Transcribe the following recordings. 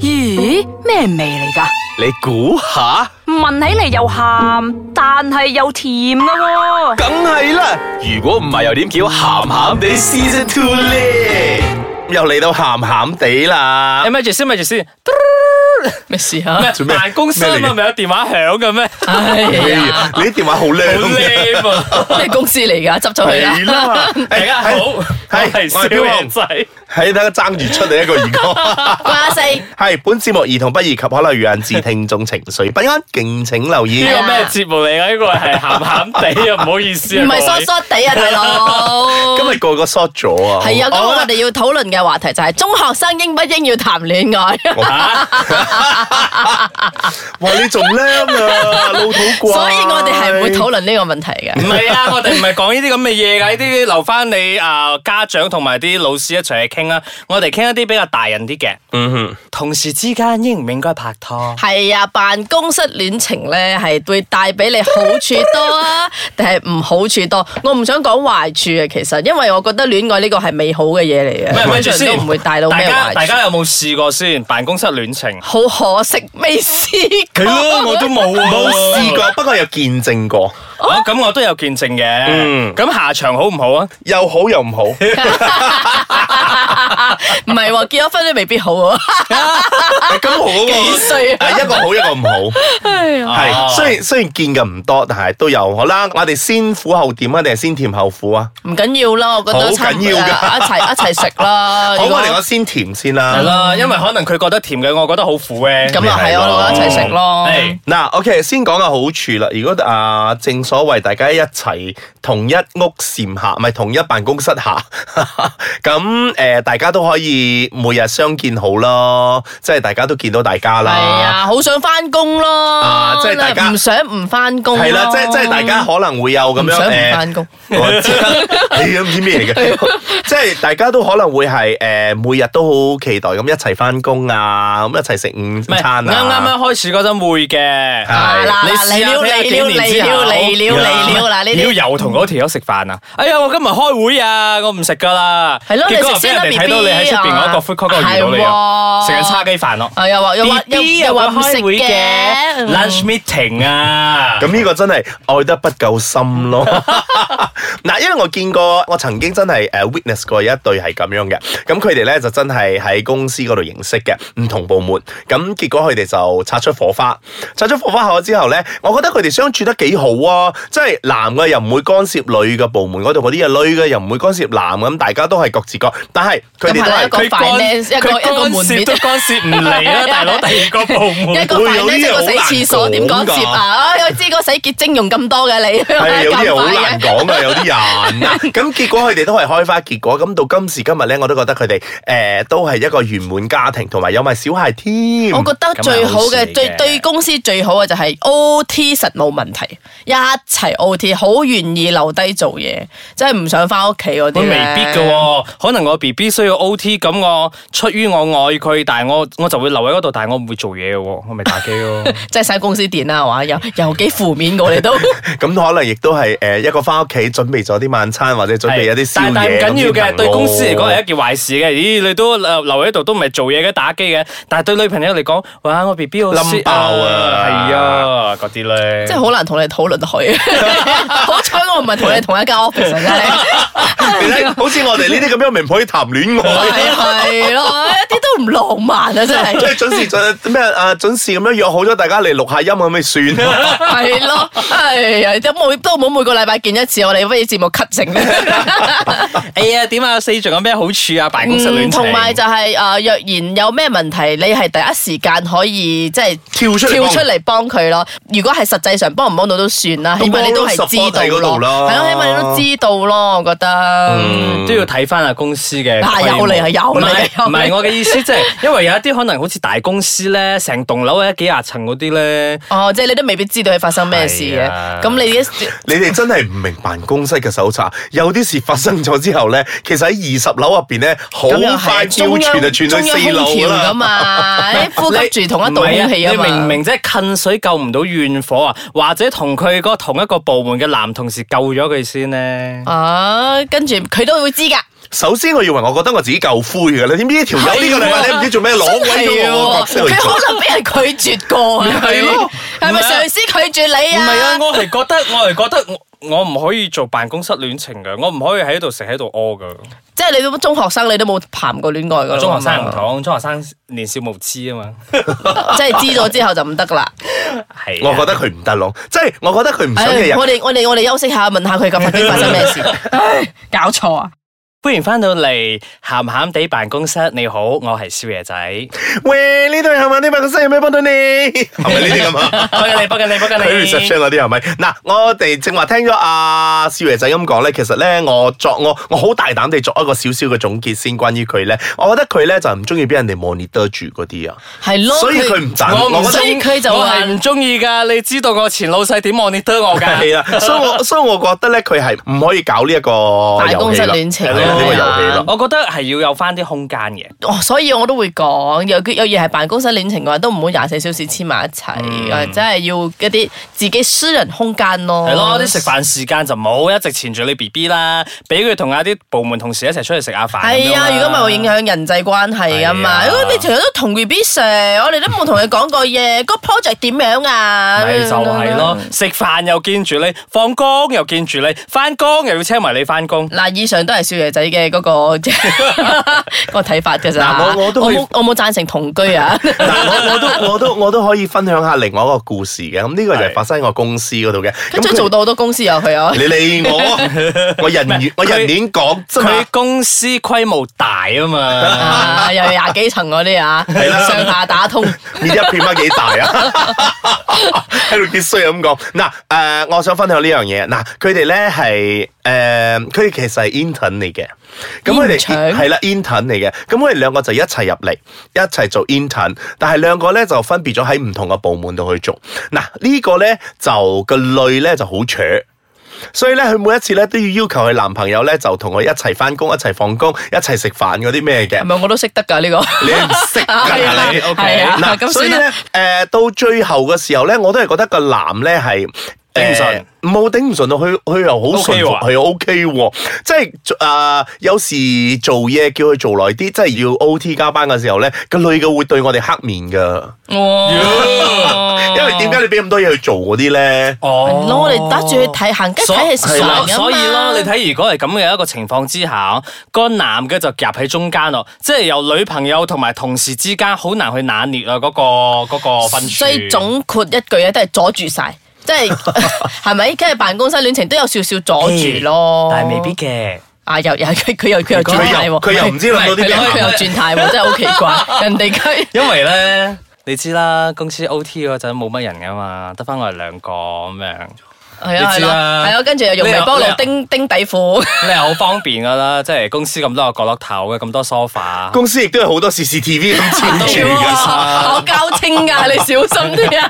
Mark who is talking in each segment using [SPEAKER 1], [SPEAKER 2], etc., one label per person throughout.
[SPEAKER 1] 咦，咩味嚟噶？
[SPEAKER 2] 你估下，
[SPEAKER 1] 聞起嚟又鹹，但係又甜噶喎、
[SPEAKER 2] 梗係啦。如果唔係又點叫鹹鹹地 Season Two 咧？又嚟到鹹鹹地啦
[SPEAKER 3] 誒，咪住先，咪住先。嘟
[SPEAKER 4] 咩事啊？
[SPEAKER 3] 咩
[SPEAKER 2] 做咩
[SPEAKER 3] 辦公室啊
[SPEAKER 2] 咩嚟嘅
[SPEAKER 3] 嘛，咪有電話響嘅咩？好
[SPEAKER 4] 哎
[SPEAKER 2] 哎
[SPEAKER 4] 呀，
[SPEAKER 2] 呀你啲電話好靚嘅。
[SPEAKER 3] lame 啊！
[SPEAKER 4] 咩公司嚟噶？執咗佢
[SPEAKER 2] 係
[SPEAKER 4] 啦。
[SPEAKER 2] 啦，
[SPEAKER 3] 大家好，我係小
[SPEAKER 2] 標
[SPEAKER 3] 爺仔。
[SPEAKER 2] 喺度爭住出嚟一個兒歌。
[SPEAKER 4] 瓜四，
[SPEAKER 2] 係本節目兒童不宜及可能引致聽眾情緒不安，敬請留意
[SPEAKER 3] 呢。個咩節目嚟㗎？呢個係鹹鹹地啊，唔好意思啊，
[SPEAKER 4] 唔係
[SPEAKER 3] 各位啊
[SPEAKER 4] 疏疏地啊，大佬。
[SPEAKER 2] 今日個個 short 咗啊！
[SPEAKER 4] 係啊，咁
[SPEAKER 2] 好啦
[SPEAKER 4] 我哋要討論嘅話題就係中學生應不應要談戀 愛，
[SPEAKER 2] 哇，你仲叻啊，老土怪。
[SPEAKER 4] 所以我哋係唔會討論呢個問題嘅。
[SPEAKER 3] 唔係啊，我哋唔係講呢啲咁嘅嘢㗎，呢啲留翻你啊、家長同埋啲老師一齊去傾啦。我哋傾一啲比較大人啲嘅。嗯哼，同事之間應唔應該拍拖？
[SPEAKER 4] 係啊，辦公室戀情咧係會帶俾你好處多啊， 定係唔好處多？我唔想講壞處啊，其實因為我覺得戀愛呢個係美好嘅嘢嚟嘅，
[SPEAKER 3] 係
[SPEAKER 4] 通
[SPEAKER 3] 咪住
[SPEAKER 4] 常都唔會帶到
[SPEAKER 3] 大
[SPEAKER 4] 咩
[SPEAKER 3] 家大
[SPEAKER 4] 壞處。
[SPEAKER 3] 家有冇試過先辦公室戀情？
[SPEAKER 4] 好可惜未試過。
[SPEAKER 3] 我都冇啊，
[SPEAKER 2] 冇試。過，不過有見證過，
[SPEAKER 3] 啊，咁我都有見證嘅。咁下場好唔好啊？
[SPEAKER 2] 又好又唔好。喂
[SPEAKER 4] 唔係喎，結咗婚都未必好 喎，
[SPEAKER 2] 咁我嗰
[SPEAKER 4] 幾
[SPEAKER 2] 個
[SPEAKER 4] 歲啊？
[SPEAKER 2] 係一個好一個唔好，係雖然雖然見嘅唔多，但係都有。好啦，我哋先苦後甜啊，定係先甜後苦啊？
[SPEAKER 4] 唔緊要啦，我覺
[SPEAKER 2] 好
[SPEAKER 4] 得
[SPEAKER 2] 緊
[SPEAKER 4] 差唔多
[SPEAKER 2] 要㗎
[SPEAKER 4] 啊一齊一齊食
[SPEAKER 2] 好，
[SPEAKER 4] 啦。啊如
[SPEAKER 2] 我
[SPEAKER 4] 果
[SPEAKER 2] 哋講先甜先
[SPEAKER 3] 係
[SPEAKER 2] 啦。
[SPEAKER 3] 啦，因為可能佢覺得甜嘅，我覺得好苦嘅。
[SPEAKER 4] 咁啊係，我哋一齊食咯。
[SPEAKER 3] 係
[SPEAKER 2] 嗱，OK，先講下好處啦。如果啊，正所謂大家一齊同一屋檐下，唔係同一辦公室下， 咁誒、呃大家都可以每日相見好咯，即係大家都見到大家啦。
[SPEAKER 4] 係啊，好想翻工咯。
[SPEAKER 2] 啊即係大家
[SPEAKER 4] 唔想唔翻工。
[SPEAKER 2] 係啦，即係即係大家可能會有咁
[SPEAKER 4] 唔
[SPEAKER 2] 樣
[SPEAKER 4] 想唔
[SPEAKER 2] 誒
[SPEAKER 4] 翻工。
[SPEAKER 2] 我知， 你都唔知咩嚟嘅，即係大家都可能會係誒、呃每日都好期待咁一齊翻工啊，咁一齊食
[SPEAKER 3] 唔
[SPEAKER 2] 午
[SPEAKER 3] 係
[SPEAKER 2] 餐
[SPEAKER 3] 啱
[SPEAKER 2] 啊，
[SPEAKER 3] 啱啱開始嗰陣會嘅。
[SPEAKER 4] 啊
[SPEAKER 2] 係
[SPEAKER 4] 嗱
[SPEAKER 3] 你
[SPEAKER 4] 嗱，
[SPEAKER 3] 試
[SPEAKER 4] 嚟
[SPEAKER 3] 下
[SPEAKER 4] 了
[SPEAKER 3] 睇下幾
[SPEAKER 4] 嚟了
[SPEAKER 3] 年之
[SPEAKER 4] 嚟
[SPEAKER 3] 後
[SPEAKER 4] 了嚟了嚟了嗱呢啲。
[SPEAKER 3] 要又同嗰條友食飯啊！哎呀，我今日開會啊，我唔食噶啦。
[SPEAKER 4] 係咯
[SPEAKER 3] 結果
[SPEAKER 4] 你食先啦
[SPEAKER 3] 俾人哋睇到你喺出邊嗰個 food court 嗰度遇到你啊，
[SPEAKER 4] 係喎
[SPEAKER 3] 食緊叉雞飯咯。
[SPEAKER 4] 啊又話又話
[SPEAKER 3] BB
[SPEAKER 4] 又又話唔食
[SPEAKER 3] 開會
[SPEAKER 4] 嘅嗯
[SPEAKER 3] lunch meeting 啊，
[SPEAKER 2] 咁呢個真係愛得不夠深咯。 嗱，因為我見過，我曾經真係誒 witness 過有一對係咁樣嘅，咁佢哋咧就真係喺公司嗰度認識嘅，唔同部門，咁結果佢哋就擦出火花，擦出火花後之後咧，我覺得佢哋相處得幾好啊，即係男嘅又唔會干涉女嘅部門嗰度嗰啲嘢，女嘅又唔會干涉男咁，大家都係各自各，但係佢哋都
[SPEAKER 4] 咁係啦
[SPEAKER 2] 係
[SPEAKER 4] 一個 finance，一個
[SPEAKER 3] 佢
[SPEAKER 4] 一個
[SPEAKER 3] 干
[SPEAKER 4] 門
[SPEAKER 3] 涉
[SPEAKER 4] 面
[SPEAKER 3] 都干涉唔嚟啦，大佬第二個部門
[SPEAKER 4] 一個
[SPEAKER 2] 會有
[SPEAKER 4] 飯
[SPEAKER 2] 啲
[SPEAKER 4] 咧，即
[SPEAKER 2] 嘢
[SPEAKER 4] 係
[SPEAKER 2] 好
[SPEAKER 4] 個洗
[SPEAKER 2] 難
[SPEAKER 4] 廁所點講接
[SPEAKER 2] 講㗎
[SPEAKER 4] 啊？啊我知個洗潔精用咁多嘅你，
[SPEAKER 2] 係有啲
[SPEAKER 4] 咁
[SPEAKER 2] 嘢好
[SPEAKER 4] 快
[SPEAKER 2] 難
[SPEAKER 4] 嘅。
[SPEAKER 2] 講啊，有啲人 啊，咁結果佢哋都係開花結果，咁到今時今日咧，我都覺得佢哋誒都係一個圓滿家庭，同埋有埋小孩添。
[SPEAKER 4] 我覺得最好
[SPEAKER 3] 嗯咁係好事嚟
[SPEAKER 4] 嘅
[SPEAKER 3] 嘅
[SPEAKER 4] 最對公司最好嘅就係 O T 實冇問題，一齊 O T 好願意留低做嘢，真係唔想翻屋企嗰
[SPEAKER 3] 我
[SPEAKER 4] 啲
[SPEAKER 3] 未
[SPEAKER 4] 咧
[SPEAKER 3] 必嘅喎、可能我 B B 需要 O T，咁我出於我愛佢，但係我我就會留喺嗰度，但係我唔會做嘢嘅喎，我咪打機咯。
[SPEAKER 4] 即係嘥公司電啊啦，係嘛？又又幾負面我 哋都。
[SPEAKER 2] 咁可能亦都係誒一個翻屋企準備咗啲晚餐，或者準備一啲宵
[SPEAKER 3] 但但唔
[SPEAKER 2] 夜。
[SPEAKER 3] 緊要
[SPEAKER 2] 咁先
[SPEAKER 3] 嘅，
[SPEAKER 2] 行
[SPEAKER 3] 對公司嚟講係
[SPEAKER 2] 咯
[SPEAKER 3] 一件壞事嘅。咦，你都留留喺度都唔係做嘢嘅，打機嘅。但係對女朋友嚟講，哇，我 B à." B 好
[SPEAKER 2] 冧
[SPEAKER 3] sweet
[SPEAKER 2] 爆啊
[SPEAKER 3] 係啊，嗰啲咧。
[SPEAKER 4] 即係好難同你討論佢。 好彩我唔係同你同一間 office 啊 真係。
[SPEAKER 2] 你 睇，好似我哋呢啲咁樣，咪唔可以談戀愛。
[SPEAKER 4] 係係咯，一啲都唔浪漫啊！真
[SPEAKER 2] 即
[SPEAKER 4] 係
[SPEAKER 2] 係準時準咩啊？準時咁樣約好咗，大家嚟錄下音咁咪 算。
[SPEAKER 4] 係咯，係啊，都每都冇每個禮拜見一次，我哋不如節目 cut 成
[SPEAKER 3] 哎呀，點啊？四仲有咩好處啊？辦公室戀情
[SPEAKER 4] 嗯同埋就係、誒、若然有咩問題，你係第一時間可以即係
[SPEAKER 2] 跳出嚟
[SPEAKER 4] 跳
[SPEAKER 2] 幫
[SPEAKER 4] 出嚟幫佢咯。如果係實際上幫唔幫到都算啦，
[SPEAKER 2] 咁
[SPEAKER 4] 起碼你都係
[SPEAKER 2] support
[SPEAKER 4] 知道
[SPEAKER 2] 喺嗰度嗯
[SPEAKER 4] 咯，
[SPEAKER 2] 啦
[SPEAKER 4] 係咯，起碼你都知道咯，我覺得。
[SPEAKER 3] 都要睇翻啊公司嘅
[SPEAKER 4] 啊
[SPEAKER 3] 規模
[SPEAKER 4] 有嚟啊有嚟
[SPEAKER 3] 唔係
[SPEAKER 4] 有嚟
[SPEAKER 3] 唔係我嘅意思，即係因為有一啲可能好似大公司咧，成棟樓咧幾廿層嗰啲咧，
[SPEAKER 4] 哦，即係你都未必知道佢發生咩事嘅
[SPEAKER 3] 係啊，
[SPEAKER 4] 咁你啲
[SPEAKER 2] 你哋真係唔明辦公室嘅搜查，有啲事發生咗之後咧，其實喺二十樓入邊咧，好
[SPEAKER 4] 咁又
[SPEAKER 2] 快
[SPEAKER 4] 係
[SPEAKER 2] 照
[SPEAKER 4] 中
[SPEAKER 2] 傳
[SPEAKER 4] 央
[SPEAKER 2] 就傳
[SPEAKER 4] 中
[SPEAKER 2] 去
[SPEAKER 4] 央
[SPEAKER 2] 四
[SPEAKER 4] 空
[SPEAKER 2] 樓
[SPEAKER 4] 調
[SPEAKER 2] 啦
[SPEAKER 4] 噶。嘛，你呼吸住同一道空氣啊
[SPEAKER 3] 你
[SPEAKER 4] 嘛。
[SPEAKER 3] 明明即係近水救唔到怨火啊，或者同佢嗰同一個部門嘅男同事救咗佢先咧。
[SPEAKER 4] 啊，跟住佢都會知㗎。
[SPEAKER 2] 首先我以為我覺得我自己夠灰嘅啦，點知呢條友呢個禮拜你唔知做咩攞鬼咗我個角色去
[SPEAKER 4] 佢
[SPEAKER 2] 做。
[SPEAKER 4] 可能俾人拒絕過啊！
[SPEAKER 3] 咪係咯
[SPEAKER 4] 係咪
[SPEAKER 3] 唔係啊
[SPEAKER 4] 上司拒絕你
[SPEAKER 3] 唔係啊
[SPEAKER 4] 啊？，
[SPEAKER 3] 我係覺得我係覺得我我唔可以做辦公室戀情嘅，我唔可以喺度食喺度 屙噶。
[SPEAKER 4] 即係你都中學生，你都冇談過戀愛噶
[SPEAKER 3] 中學生唔，同，中學生年少無知啊嘛。
[SPEAKER 4] 即係知咗之後就唔得㗎啦。
[SPEAKER 3] 係
[SPEAKER 2] 我覺得佢唔得咯，即係我覺得佢唔想嘅
[SPEAKER 4] 唉
[SPEAKER 2] 人
[SPEAKER 4] 我哋我哋我哋休息下，問下佢究竟發生咩事？唉搞錯啊！
[SPEAKER 3] 歡迎翻到嚟鹹鹹地辦公室，你好，我係少爺仔。哎
[SPEAKER 2] 喂，呢度係咪呢辦公室有咩幫到你？係咪呢啲咁啊？
[SPEAKER 3] 幫緊你，幫緊你，幫緊
[SPEAKER 2] 佢 reception
[SPEAKER 3] 你。
[SPEAKER 2] 嗰啲係咪？嗱，我哋正話聽咗阿少爺仔咁講咧，其實咧我作我我好大膽地作一個少少嘅總結先，關於佢咧，我覺得佢咧就唔中意俾人哋 monitor 住嗰啲啊，
[SPEAKER 4] 係咯，
[SPEAKER 2] 所以佢唔賺
[SPEAKER 3] 我
[SPEAKER 2] 我覺得
[SPEAKER 3] 唔
[SPEAKER 4] 所
[SPEAKER 3] 中
[SPEAKER 4] 以
[SPEAKER 3] 意，
[SPEAKER 4] 佢就
[SPEAKER 3] 我
[SPEAKER 4] 話
[SPEAKER 3] 係唔中意噶。你知道我前老細點 monitor 我噶？
[SPEAKER 2] 係啦，啊所以我所以我覺得咧佢係唔可以搞呢一個
[SPEAKER 4] 辦公室戀情
[SPEAKER 2] 遊戲啦係啦呢個
[SPEAKER 4] 咯
[SPEAKER 2] 遊戲
[SPEAKER 4] 係
[SPEAKER 2] 咯
[SPEAKER 4] 啊。
[SPEAKER 3] 我覺得係要有翻啲空間嘅。
[SPEAKER 4] 哦，所以我都會講，有有嘢係辦公室戀情嘅話，都唔好廿四小時黐埋一齊，或者係要一啲自己私人空間咯。
[SPEAKER 3] 係咯，啲食飯時間就唔好一直纏住你 B B 啦，俾佢同下啲部門同事一齊出去食下飯。
[SPEAKER 4] 係啊，如果唔係會影
[SPEAKER 3] 響。
[SPEAKER 4] 響人際關係噶嘛。
[SPEAKER 3] 係啊
[SPEAKER 4] 如果你成日都同 B B 食，我哋都冇同佢講過嘢， 個 project 點樣啊？
[SPEAKER 3] 咪就係咯，食飯又見住你，放工又見住你，翻工又要車埋你翻工。
[SPEAKER 4] 嗱，以上都係少爺仔嘅嗰個 個睇法嘅咋。
[SPEAKER 2] 嗱我我都可以
[SPEAKER 4] 冇我冇贊成同 居啊。
[SPEAKER 2] 嗱，我我都我都我都可以分享下另外一個故事嘅，咁呢個就係
[SPEAKER 3] 係
[SPEAKER 2] 發生喺我公司嗰度嘅。
[SPEAKER 4] 跟
[SPEAKER 2] 咁
[SPEAKER 4] 住
[SPEAKER 2] 佢
[SPEAKER 4] 做到好多公司有佢 啊。
[SPEAKER 2] 你理我，我人緣我人面講啫嘛
[SPEAKER 3] 佢。公司規模大啊嘛。
[SPEAKER 4] 啊，又有廿幾層嗰啲啊，
[SPEAKER 2] 啦
[SPEAKER 4] 上下打通。
[SPEAKER 2] 呢一片乜幾大啊？ 喺度必須咁講。嗱，誒、我想分享呢樣嘢。嗱，佢哋咧係誒，佢哋其實係 intern 嚟嘅。咁佢哋
[SPEAKER 4] 現場
[SPEAKER 2] 係啦，intern 嚟嘅。咁佢哋兩個就一齊入嚟，一齊做 intern。但係兩個咧就分別咗喺唔同嘅部門度去做。嗱，呢個咧就個女咧就好扯。所以咧，佢每一次咧都要要求佢男朋友咧就同佢一齊翻工、一齊放工、一齊食飯嗰啲咩嘅
[SPEAKER 4] 係。咪我都識得㗎呢 個？
[SPEAKER 2] 你唔識
[SPEAKER 4] 係啊
[SPEAKER 2] 㗎你，OK？
[SPEAKER 4] 係啊咁
[SPEAKER 2] 嗱，所以
[SPEAKER 4] 算
[SPEAKER 2] 咧，誒到最後嘅時候咧，我都係覺得個男咧係。
[SPEAKER 3] 頂唔順
[SPEAKER 2] 誒，冇頂唔順到佢，佢又好順
[SPEAKER 3] OK
[SPEAKER 2] 服，
[SPEAKER 3] 喎
[SPEAKER 2] 佢 OK 喎，即係誒、呃有時做嘢叫佢做耐啲，即係要 OT 加班嘅時候咧，個女嘅會對我哋黑面噶，
[SPEAKER 4] 哦哇！
[SPEAKER 2] 因為點解你俾咁多嘢去做嗰啲咧？
[SPEAKER 3] 哦
[SPEAKER 4] 攞我哋打住去睇行街睇係啊
[SPEAKER 3] 所
[SPEAKER 4] 傻
[SPEAKER 3] 所以咯，你
[SPEAKER 4] 睇
[SPEAKER 3] 睇如果係咁嘅一個情況之下，個男嘅就夾喺中間咯，即係由女朋友同埋同事之間好難去拿捏啊嗰個嗰個分寸。
[SPEAKER 4] 所以總括一句咧都係阻住晒，即係 係咪？跟住辦公室戀情都有少少阻住咯，
[SPEAKER 3] 但係未必嘅。
[SPEAKER 4] 啊！又又佢佢又佢又轉態
[SPEAKER 2] 佢又
[SPEAKER 4] 喎，
[SPEAKER 2] 佢又唔知諗到啲
[SPEAKER 4] 係
[SPEAKER 2] 咩
[SPEAKER 4] 咯，。佢又轉態喎，真係好奇怪。人哋佢
[SPEAKER 3] 因為咧，你知啦，公司 O T 嗰陣冇乜人噶嘛，得翻我哋兩個咁樣，
[SPEAKER 4] 係啊
[SPEAKER 3] 你
[SPEAKER 4] 係
[SPEAKER 3] 知
[SPEAKER 4] 咯
[SPEAKER 3] 啦
[SPEAKER 4] 係咯，跟住又用微波
[SPEAKER 3] 你又
[SPEAKER 4] 爐叮叮底褲，
[SPEAKER 3] 你係好方便噶啦，即係公司咁多個角落頭嘅咁多 sofa。
[SPEAKER 2] 公司亦都有好多 CCTV 咁照住
[SPEAKER 3] 係
[SPEAKER 2] 㗎。
[SPEAKER 3] 啊
[SPEAKER 4] 我交清㗎，你小心啲啊！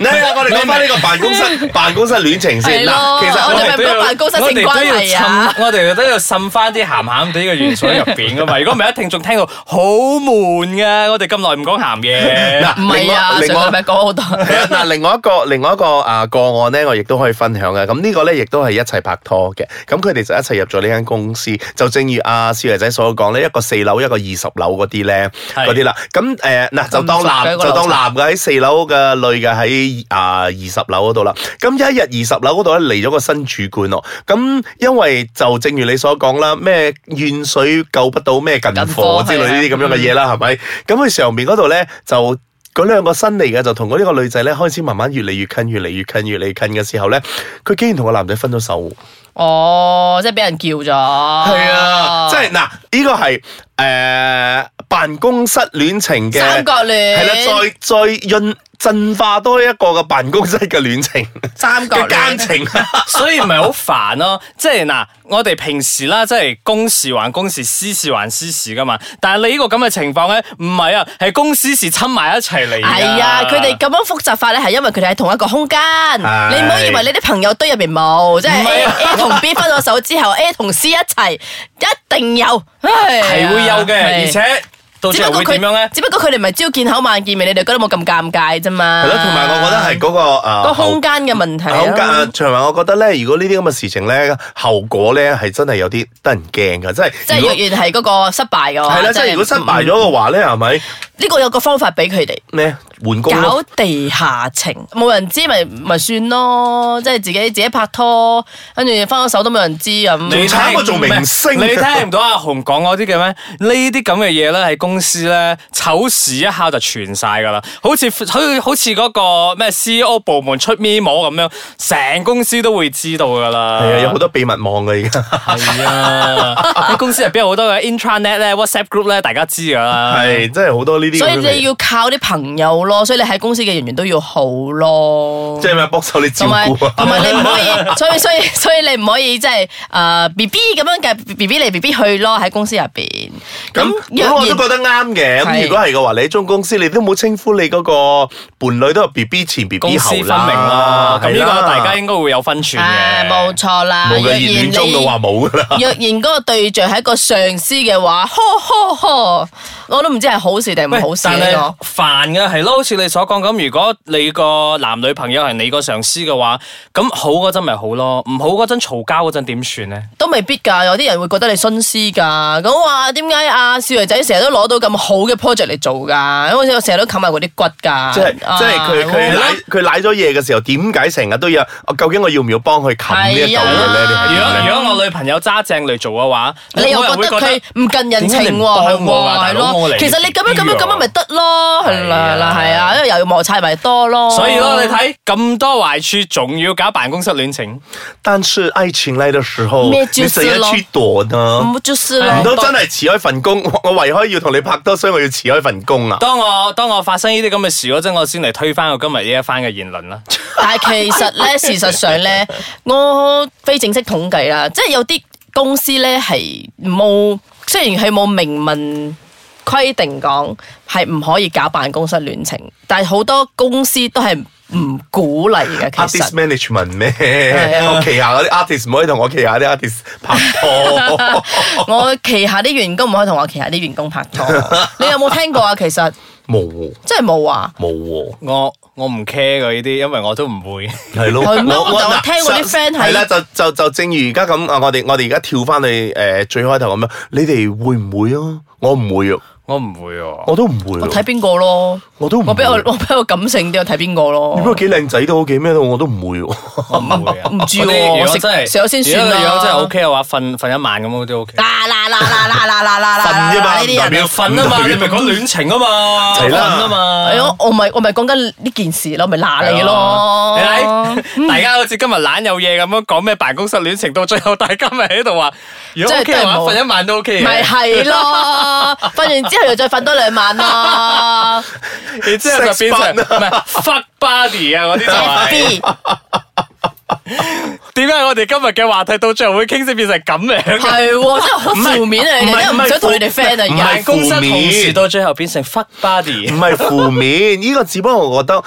[SPEAKER 2] 嗱，哎我哋講翻呢個辦公 室辦公室戀情先。
[SPEAKER 4] 係
[SPEAKER 2] 嗱，
[SPEAKER 4] 咯
[SPEAKER 2] 其
[SPEAKER 3] 哦
[SPEAKER 2] 實
[SPEAKER 4] 我
[SPEAKER 2] 我
[SPEAKER 4] 哋
[SPEAKER 2] 哋
[SPEAKER 4] 咪講辦公室性
[SPEAKER 3] 我哋都要
[SPEAKER 4] 關係啊
[SPEAKER 3] 滲我哋都要滲翻啲鹹鹹地嘅元素喺入邊噶嘛。如果唔係，一聽眾聽到好悶噶。我哋咁耐唔講鹹 嘢，
[SPEAKER 2] 嗱
[SPEAKER 4] 唔係啊，
[SPEAKER 2] 另外另外
[SPEAKER 4] 上個禮拜講好多。
[SPEAKER 2] 係啊 嗱，另外一個另外一個啊個案咧，我亦都可以分享嘅。咁呢個咧，亦都係一齊拍拖嘅。咁佢哋就一齊入咗呢間公司。就正如阿少爺仔所講咧，一個四樓，一個二十樓嗰啲咧，
[SPEAKER 3] 係
[SPEAKER 2] 嗰啲啦。咁誒嗱，就當
[SPEAKER 4] 咁熟嘅一
[SPEAKER 2] 男
[SPEAKER 4] 個
[SPEAKER 2] 就當
[SPEAKER 4] 樓層
[SPEAKER 2] 男嘅喺四樓嘅，女嘅喺啊二十樓嗰度啦。咁有一日二十樓嗰度咧嚟咗個新主管咯。咁因為就正如你所講啦，咩遠水救不到咩近
[SPEAKER 4] 近
[SPEAKER 2] 火
[SPEAKER 4] 火
[SPEAKER 2] 之類呢啲
[SPEAKER 4] 係啊
[SPEAKER 2] 咁樣嘅嘢啦，係咪？咁佢上面嗰度咧就。嗰兩個新嚟嘅就同嗰呢個女仔咧開始慢慢越嚟越近，越嚟越近，越嚟越近嘅時候咧，佢竟然同個男仔分咗手。
[SPEAKER 4] 哦，即係俾人叫咗。係啊
[SPEAKER 2] 即係啊嗱，呢個係誒辦公室戀情嘅
[SPEAKER 4] 三角戀
[SPEAKER 2] 係啦，再再潤進化多一個嘅辦公室嘅戀情
[SPEAKER 4] 三角
[SPEAKER 2] 嘅
[SPEAKER 4] 戀
[SPEAKER 2] 奸情。
[SPEAKER 3] 所以咪好煩咯。即係嗱，我哋平時啦，即係公事還公事，私事還私事噶嘛。但係你呢個咁嘅情況咧，唔係啊，係公私事侵埋一齊嚟㗎。
[SPEAKER 4] 係啊，佢哋咁樣複雜法咧，係因為佢哋喺同一個空間。
[SPEAKER 2] 係啊
[SPEAKER 4] 你唔好以為你啲朋友堆入邊冇，即係 A, A 同 B 分咗手之後，A 同 C 一齊，一定有。
[SPEAKER 3] 係
[SPEAKER 4] 係
[SPEAKER 3] 會有嘅，而且到最
[SPEAKER 4] 只不
[SPEAKER 3] 後
[SPEAKER 4] 過
[SPEAKER 3] 會點樣咧
[SPEAKER 4] 佢，？只不過佢哋唔係朝見口晚見面，你哋覺得冇咁尷尬啫嘛。
[SPEAKER 2] 係咯，同埋我覺得係嗰個啊誒
[SPEAKER 4] 個空間嘅問題啊。
[SPEAKER 2] 好啊，同埋我覺得咧，如果呢啲咁嘅事情咧，後果咧係真係有啲得人驚㗎，即係
[SPEAKER 4] 即係
[SPEAKER 2] 如
[SPEAKER 4] 若
[SPEAKER 2] 果
[SPEAKER 4] 然係嗰個失敗嘅話，嗯
[SPEAKER 2] 係啦，即係如果失敗咗嘅話咧，係咪
[SPEAKER 4] 呢個有個方法俾佢哋。
[SPEAKER 2] 咩換工咯
[SPEAKER 4] 搞地下情，冇人知咪咪算咯，即係自己自己拍拖，跟住翻咗手都冇人知
[SPEAKER 2] 仲
[SPEAKER 4] 咁。
[SPEAKER 2] 慘過做明星啊
[SPEAKER 3] 你聽唔到阿紅講嗰啲嘅咩？呢啲咁嘅嘢咧，喺公司咧，醜事一下就傳晒噶啦。好似好似好似嗰個咩 CEO 部門出 memo 咁樣，成公司都會知道噶啦。
[SPEAKER 2] 係啊，有好多秘密網㗎而家。
[SPEAKER 3] 係啊， 喺公司入邊有好多嘅 intranet 咧、WhatsApp group 咧，大家知噶啦。
[SPEAKER 2] 係，真係好多呢啲咁
[SPEAKER 4] 所
[SPEAKER 2] 樣
[SPEAKER 4] 以
[SPEAKER 2] 嘅嘢。
[SPEAKER 4] 你要靠啲朋友咯，所以你喺公司嘅人員都要好咯。
[SPEAKER 2] 即係咪幫手你照
[SPEAKER 4] 同埋
[SPEAKER 2] 顧啊？
[SPEAKER 4] 同埋你唔可以， 所以所以所以你唔可以即係誒 B B 咁樣嘅 B B 嚟 B B 去咯喺公司入邊。
[SPEAKER 2] 咁咁我都覺
[SPEAKER 4] 然
[SPEAKER 2] 得啱嘅。咁
[SPEAKER 4] 係
[SPEAKER 2] 如果係嘅話，你喺中公司你都冇稱呼你嗰個伴侶都係 B B 前 B
[SPEAKER 3] 公
[SPEAKER 2] B
[SPEAKER 3] 私
[SPEAKER 2] 後
[SPEAKER 3] 分明
[SPEAKER 2] 啦
[SPEAKER 3] 啦，，咁呢
[SPEAKER 2] 係
[SPEAKER 3] 個
[SPEAKER 2] 啦
[SPEAKER 3] 大家應該會有分寸
[SPEAKER 4] 啊
[SPEAKER 3] 嘅。
[SPEAKER 4] 冇錯啦，
[SPEAKER 2] 冇嘅
[SPEAKER 4] 若然
[SPEAKER 2] 熱戀中嘅
[SPEAKER 4] 你
[SPEAKER 2] 話冇噶啦。
[SPEAKER 4] 若然嗰個對象係一個上司嘅話，呵呵呵，我都唔知係好事定唔
[SPEAKER 3] 喂
[SPEAKER 4] 好事
[SPEAKER 3] 但係
[SPEAKER 4] 呢
[SPEAKER 3] 煩嘅係咯，好似你所講咁，如果你個男女朋友係你個上司嘅話，咁好嗰陣咪好咯，唔好嗰陣嘈交嗰陣點算咧？
[SPEAKER 4] 個都未必㗎。有啲人會覺得你徇私㗎，咁話點解阿少爺仔成日都攞到咁好嘅 project 嚟做㗎？因為我成日都冚埋嗰啲骨㗎。
[SPEAKER 2] 即係即係佢佢
[SPEAKER 4] 啊
[SPEAKER 2] 舐佢舐咗嘢嘅時候，點解成日都要？我究竟我要唔要幫佢冚呢一嚿嘢咧？
[SPEAKER 4] 係啊
[SPEAKER 2] 你係
[SPEAKER 3] 如
[SPEAKER 2] 點
[SPEAKER 3] 果
[SPEAKER 2] 咧
[SPEAKER 3] 如果我女朋友揸正嚟做嘅話，
[SPEAKER 4] 你又
[SPEAKER 3] 我
[SPEAKER 4] 覺
[SPEAKER 3] 會
[SPEAKER 4] 得佢唔近人
[SPEAKER 3] 點解
[SPEAKER 4] 情
[SPEAKER 3] 你唔
[SPEAKER 4] 喎，
[SPEAKER 3] 幫
[SPEAKER 4] 係
[SPEAKER 3] 我啊
[SPEAKER 4] 喎，
[SPEAKER 3] 大
[SPEAKER 4] 係
[SPEAKER 3] 佬我
[SPEAKER 4] 咯
[SPEAKER 3] 嚟。
[SPEAKER 4] 其實你咁樣咁樣咁樣咪得咯，係
[SPEAKER 3] 係啊
[SPEAKER 4] 啦啦，係啊，因為又要摩擦咪多咯。
[SPEAKER 3] 所以咯，你睇咁多壞處，仲要搞辦公室戀情，
[SPEAKER 2] 但是愛情嚟嘅時候，
[SPEAKER 4] 咩招
[SPEAKER 2] 你成日
[SPEAKER 4] 式咯
[SPEAKER 2] 去躲呢？
[SPEAKER 4] 唔就是
[SPEAKER 2] 唔通
[SPEAKER 4] 咯。
[SPEAKER 2] 真係辭開份工？我我為開要同你拍拖，所以我要辭開份工啊！
[SPEAKER 3] 當我當我發生呢啲咁嘅事嗰陣，我先嚟推翻我今日呢一番嘅言論啦。
[SPEAKER 4] 但係其實咧，事實上咧，我非正式統計啦，即係有啲公司咧係冇，雖然佢冇明文規定講係唔可以搞辦公室戀情，但係好多公司都係唔鼓勵 嘅。其
[SPEAKER 2] artist
[SPEAKER 4] 實
[SPEAKER 2] management 咩？
[SPEAKER 4] 係啊
[SPEAKER 2] 我旗下嗰啲 artist 唔可以同我旗下啲 artist 拍 拖。
[SPEAKER 4] 我旗下啲員工唔可以同我旗下啲員工拍拖，你有冇聽過啊？其實
[SPEAKER 2] 冇喎
[SPEAKER 4] 真係 冇啊！
[SPEAKER 2] 冇喎，
[SPEAKER 3] 我我唔 care 嘅呢啲，因為我都唔會。
[SPEAKER 2] 係咯。
[SPEAKER 4] 係咩我就話聽過啲
[SPEAKER 2] 上
[SPEAKER 4] friend 係
[SPEAKER 2] 係啦，就就就正如而家咁啊！我哋我哋而家跳翻去誒最開頭咁樣，你哋會唔會啊？我唔會啊，
[SPEAKER 3] 我唔會喎。
[SPEAKER 2] 我都唔會
[SPEAKER 4] 我睇
[SPEAKER 2] 啊，
[SPEAKER 4] 邊個咯，
[SPEAKER 2] 我都唔會
[SPEAKER 4] 我比較我比較感性啲，我睇邊個咯。
[SPEAKER 2] 你不過幾靚仔都好，幾咩都好我都唔 會喎。
[SPEAKER 3] 我唔會啊！
[SPEAKER 4] 唔知喎
[SPEAKER 3] 我哋如果
[SPEAKER 4] 食
[SPEAKER 3] 真係
[SPEAKER 4] 食咗先算啦
[SPEAKER 3] 如果真係 OK 嘅話，瞓瞓一晚咁我都 OK。
[SPEAKER 4] 啦啦啦啦啦啦啦啦啦！
[SPEAKER 2] 瞓啫嘛
[SPEAKER 4] 呢啲
[SPEAKER 2] 唔
[SPEAKER 4] 人
[SPEAKER 2] 代表
[SPEAKER 3] 瞓啊嘛，你咪講戀情啊嘛，
[SPEAKER 2] 係啦
[SPEAKER 3] 瞓啊嘛。
[SPEAKER 4] 哎呀，我咪我咪講緊呢件事咯，咪嗱你
[SPEAKER 3] 你
[SPEAKER 4] 咯，
[SPEAKER 3] 睇，大家好似今日懶有嘢咁樣講咩辦公室戀情，到最後大家咪喺度話，如果
[SPEAKER 4] 真
[SPEAKER 3] OK
[SPEAKER 4] 係
[SPEAKER 3] 嘅話，
[SPEAKER 4] 都係冇
[SPEAKER 3] 瞓一晚都 OK
[SPEAKER 4] 咪
[SPEAKER 3] 嘅。
[SPEAKER 4] 係咯，瞓完之後又再瞓多兩晚咯。
[SPEAKER 3] 然之後就變成
[SPEAKER 2] Sex
[SPEAKER 3] 唔係 fuck body 啊嗰啲就係。
[SPEAKER 4] B
[SPEAKER 3] 點解我哋今日嘅話題到最後會傾先變成咁樣嘅？
[SPEAKER 4] 係喎，真係好負面啊！你哋真係唔想同你哋 friend
[SPEAKER 2] 唔係
[SPEAKER 4] 啊
[SPEAKER 3] 辦公室
[SPEAKER 2] 負
[SPEAKER 3] 同
[SPEAKER 2] 面
[SPEAKER 3] 事到最後變成 fuck body
[SPEAKER 2] 唔。係負面，呢個只不過我覺得誒誒，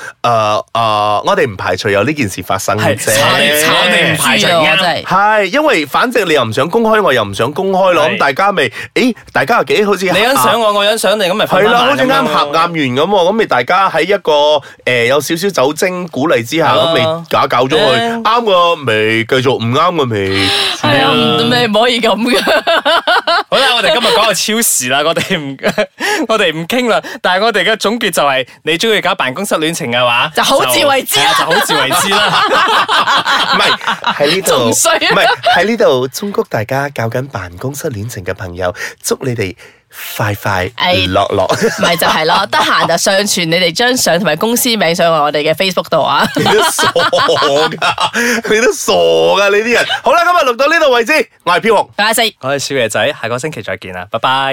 [SPEAKER 2] 呃我哋唔排除有呢件事發生
[SPEAKER 3] 係
[SPEAKER 2] 啫。
[SPEAKER 4] 而家，
[SPEAKER 3] 係炒你唔排除
[SPEAKER 4] 知啊我
[SPEAKER 3] 啱
[SPEAKER 4] 真係。
[SPEAKER 2] 係，因為反正你又唔想公開，我又唔想公開咯，
[SPEAKER 3] 係
[SPEAKER 2] 咁大家咪，誒，大家又幾好似
[SPEAKER 3] 你欣賞我，我欣賞你，咁咪
[SPEAKER 2] 係
[SPEAKER 3] 瞓
[SPEAKER 2] 啦，
[SPEAKER 3] 翻
[SPEAKER 2] 好似啱
[SPEAKER 3] 晚咁
[SPEAKER 2] 合
[SPEAKER 3] 咯
[SPEAKER 2] 眼緣咁喎，咁咪大家喺一個誒、呃有少少酒精鼓勵之下，
[SPEAKER 3] 係啊
[SPEAKER 2] 咁咪搞搞咗佢，
[SPEAKER 3] 誒
[SPEAKER 2] 啱嘅咪繼續，唔啱嘅 咪。
[SPEAKER 4] 係啊，唔你唔可以咁嘅。
[SPEAKER 3] 好啦，我哋今日講個超時啦，我哋唔 我哋唔傾啦。但係我哋嘅總結就係、你中意搞辦公室戀情嘅話，
[SPEAKER 4] 就好自為之啦
[SPEAKER 3] 係啊就好自為之啦。
[SPEAKER 2] 唔係喺呢度，唔
[SPEAKER 4] 仲衰啊
[SPEAKER 2] 係喺呢度，中谷大家搞緊辦公室戀情嘅朋友，祝你哋快快
[SPEAKER 4] 哎
[SPEAKER 2] 樂樂。
[SPEAKER 4] 咪就係咯，得閒就上傳你哋張相同埋公司名上我哋嘅 Facebook 度啊。
[SPEAKER 2] 你都傻噶，你都傻噶，你啲人。好啦，今日錄到呢度為止，我係飄紅。
[SPEAKER 4] 拜拜四。
[SPEAKER 3] 我係小爺仔，下個星期再見啦，拜拜。